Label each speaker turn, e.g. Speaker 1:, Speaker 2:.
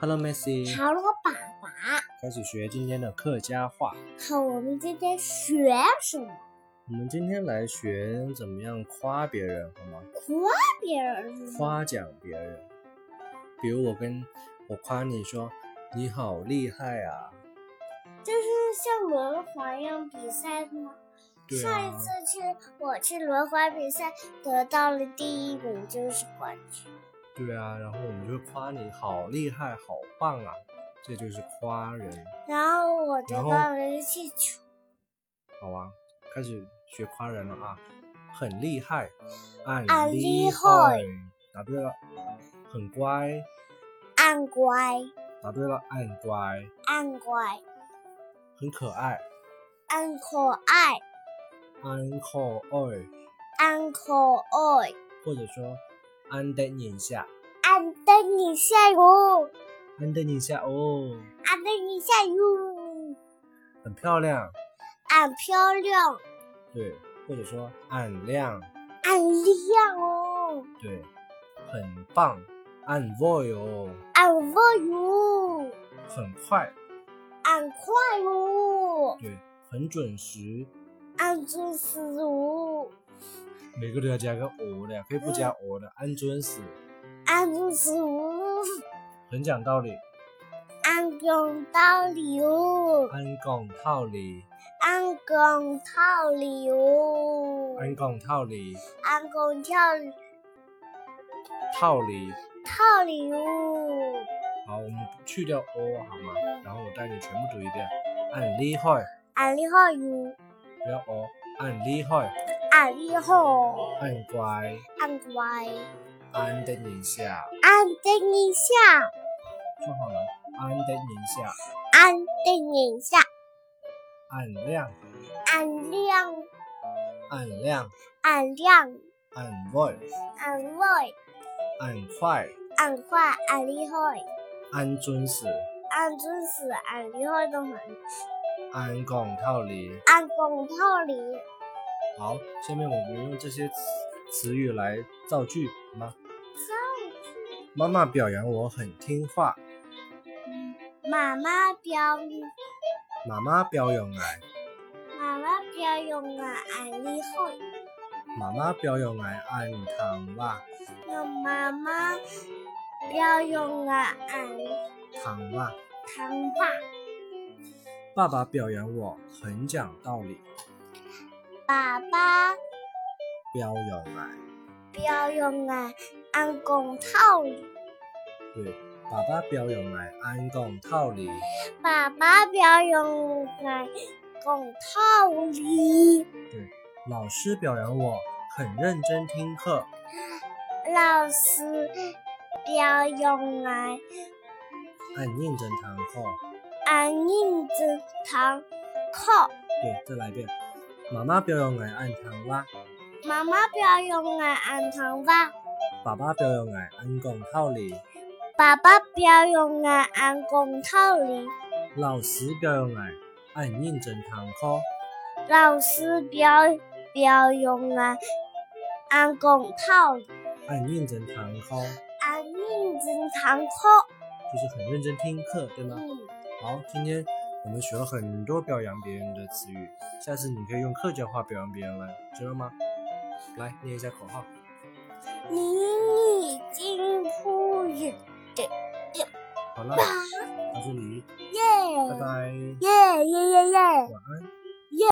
Speaker 1: Hello, Messi，
Speaker 2: 好了，爸爸，
Speaker 1: 开始学今天的客家话。
Speaker 2: 看我们今天学什么？
Speaker 1: 我们今天来学怎么样夸别人，好吗？
Speaker 2: 夸别人是什么？
Speaker 1: 夸奖别人。比如我跟我夸你说你好厉害啊，
Speaker 2: 就是像轮滑一样比赛的吗？
Speaker 1: 对
Speaker 2: 上一
Speaker 1: 啊
Speaker 2: 次，去我去轮滑比赛得到了第一名，就是冠军。
Speaker 1: 对啊，然后我们就会夸你好厉害，好棒啊，这就是夸人，
Speaker 2: 然后我得
Speaker 1: 然后
Speaker 2: 到了一个气球，
Speaker 1: 好吧？开始学夸人了啊，很厉害，俺
Speaker 2: 俺
Speaker 1: 厉
Speaker 2: 厉
Speaker 1: 害
Speaker 2: 害，
Speaker 1: 答对了，很乖，
Speaker 2: 按乖，
Speaker 1: 答对了，俺乖，
Speaker 2: 按乖，
Speaker 1: 很可爱，
Speaker 2: 按可爱，
Speaker 1: 俺可爱。
Speaker 2: 按可爱，
Speaker 1: 或者说安灯一下，
Speaker 2: 按灯你下哟，
Speaker 1: 安灯一下哦，
Speaker 2: 按灯你下哟，
Speaker 1: 很漂亮，
Speaker 2: 俺漂亮，
Speaker 1: 对，或者说俺亮，
Speaker 2: 俺亮哦。
Speaker 1: 对，很棒，俺 voy 哦，
Speaker 2: 俺饿哟，
Speaker 1: 很快，
Speaker 2: 俺快哟，
Speaker 1: 对，很准时，
Speaker 2: 俺准时哟，
Speaker 1: 每个都要加个哦的，可以不加哦的，安准时，
Speaker 2: 俺准时哟，
Speaker 1: 很讲道理，
Speaker 2: 俺讲道理哟，
Speaker 1: 安讲道理，
Speaker 2: 俺讲道理哟，
Speaker 1: 安讲道理，
Speaker 2: 俺讲道理
Speaker 1: 道理。
Speaker 2: 道理哟，
Speaker 1: 好，我们去掉哦，好吗？然后我带你全部读一遍，俺厉害，
Speaker 2: 俺厉害哟，
Speaker 1: 不要哦，俺厉害，
Speaker 2: 俺厉害，
Speaker 1: 俺乖。
Speaker 2: 俺乖，
Speaker 1: 安的一下，
Speaker 2: 俺等一下，
Speaker 1: 说好了，安的一下，
Speaker 2: 俺等一下，
Speaker 1: 按量，
Speaker 2: 俺亮，
Speaker 1: 按量，
Speaker 2: 俺亮，
Speaker 1: 按稳，
Speaker 2: 俺累，
Speaker 1: 按快，
Speaker 2: 俺快，俺厉害。
Speaker 1: 按准时，
Speaker 2: 俺真是俺厉害的很，
Speaker 1: 按讲道理。
Speaker 2: 俺讲道理，
Speaker 1: 好，下面我们用这些词词语来造句，好吗？妈妈表扬我很听话，
Speaker 2: 妈妈表
Speaker 1: 妈妈表扬俺，
Speaker 2: 妈妈表扬俺俺厉害，
Speaker 1: 妈妈表扬俺按糖哇，
Speaker 2: 我妈妈表扬俺俺
Speaker 1: 糖哇。
Speaker 2: 堂爸，
Speaker 1: 爸爸表扬我很讲道理，
Speaker 2: 爸爸
Speaker 1: 表扬俺。
Speaker 2: 表扬俺俺讲道理，
Speaker 1: 对，爸爸表扬俺按讲道理。
Speaker 2: 爸爸表扬俺讲道理，
Speaker 1: 老师表扬我很认真听课，
Speaker 2: 老师表扬俺
Speaker 1: 很认真堂课。
Speaker 2: 俺认真堂课。
Speaker 1: 对，再来一遍。妈妈表扬俺按糖啦，
Speaker 2: 妈妈表扬俺按糖吧，
Speaker 1: 爸爸表扬俺按讲道理，
Speaker 2: 爸爸表扬俺按讲道理，
Speaker 1: 老师表扬俺按认真堂课，
Speaker 2: 老师表表扬俺按讲道理，
Speaker 1: 按认真堂课
Speaker 2: 俺认真堂课。
Speaker 1: 就是很认真听课，对吗？
Speaker 2: 嗯，
Speaker 1: 好，今天我们学了很多表扬别人的词语，下次你可以用客家话表扬别人了，知道吗？来念一下口号，
Speaker 2: 你已经哭了，
Speaker 1: 好了，到这里，拜拜，
Speaker 2: 耶耶耶耶耶。
Speaker 1: 晚安。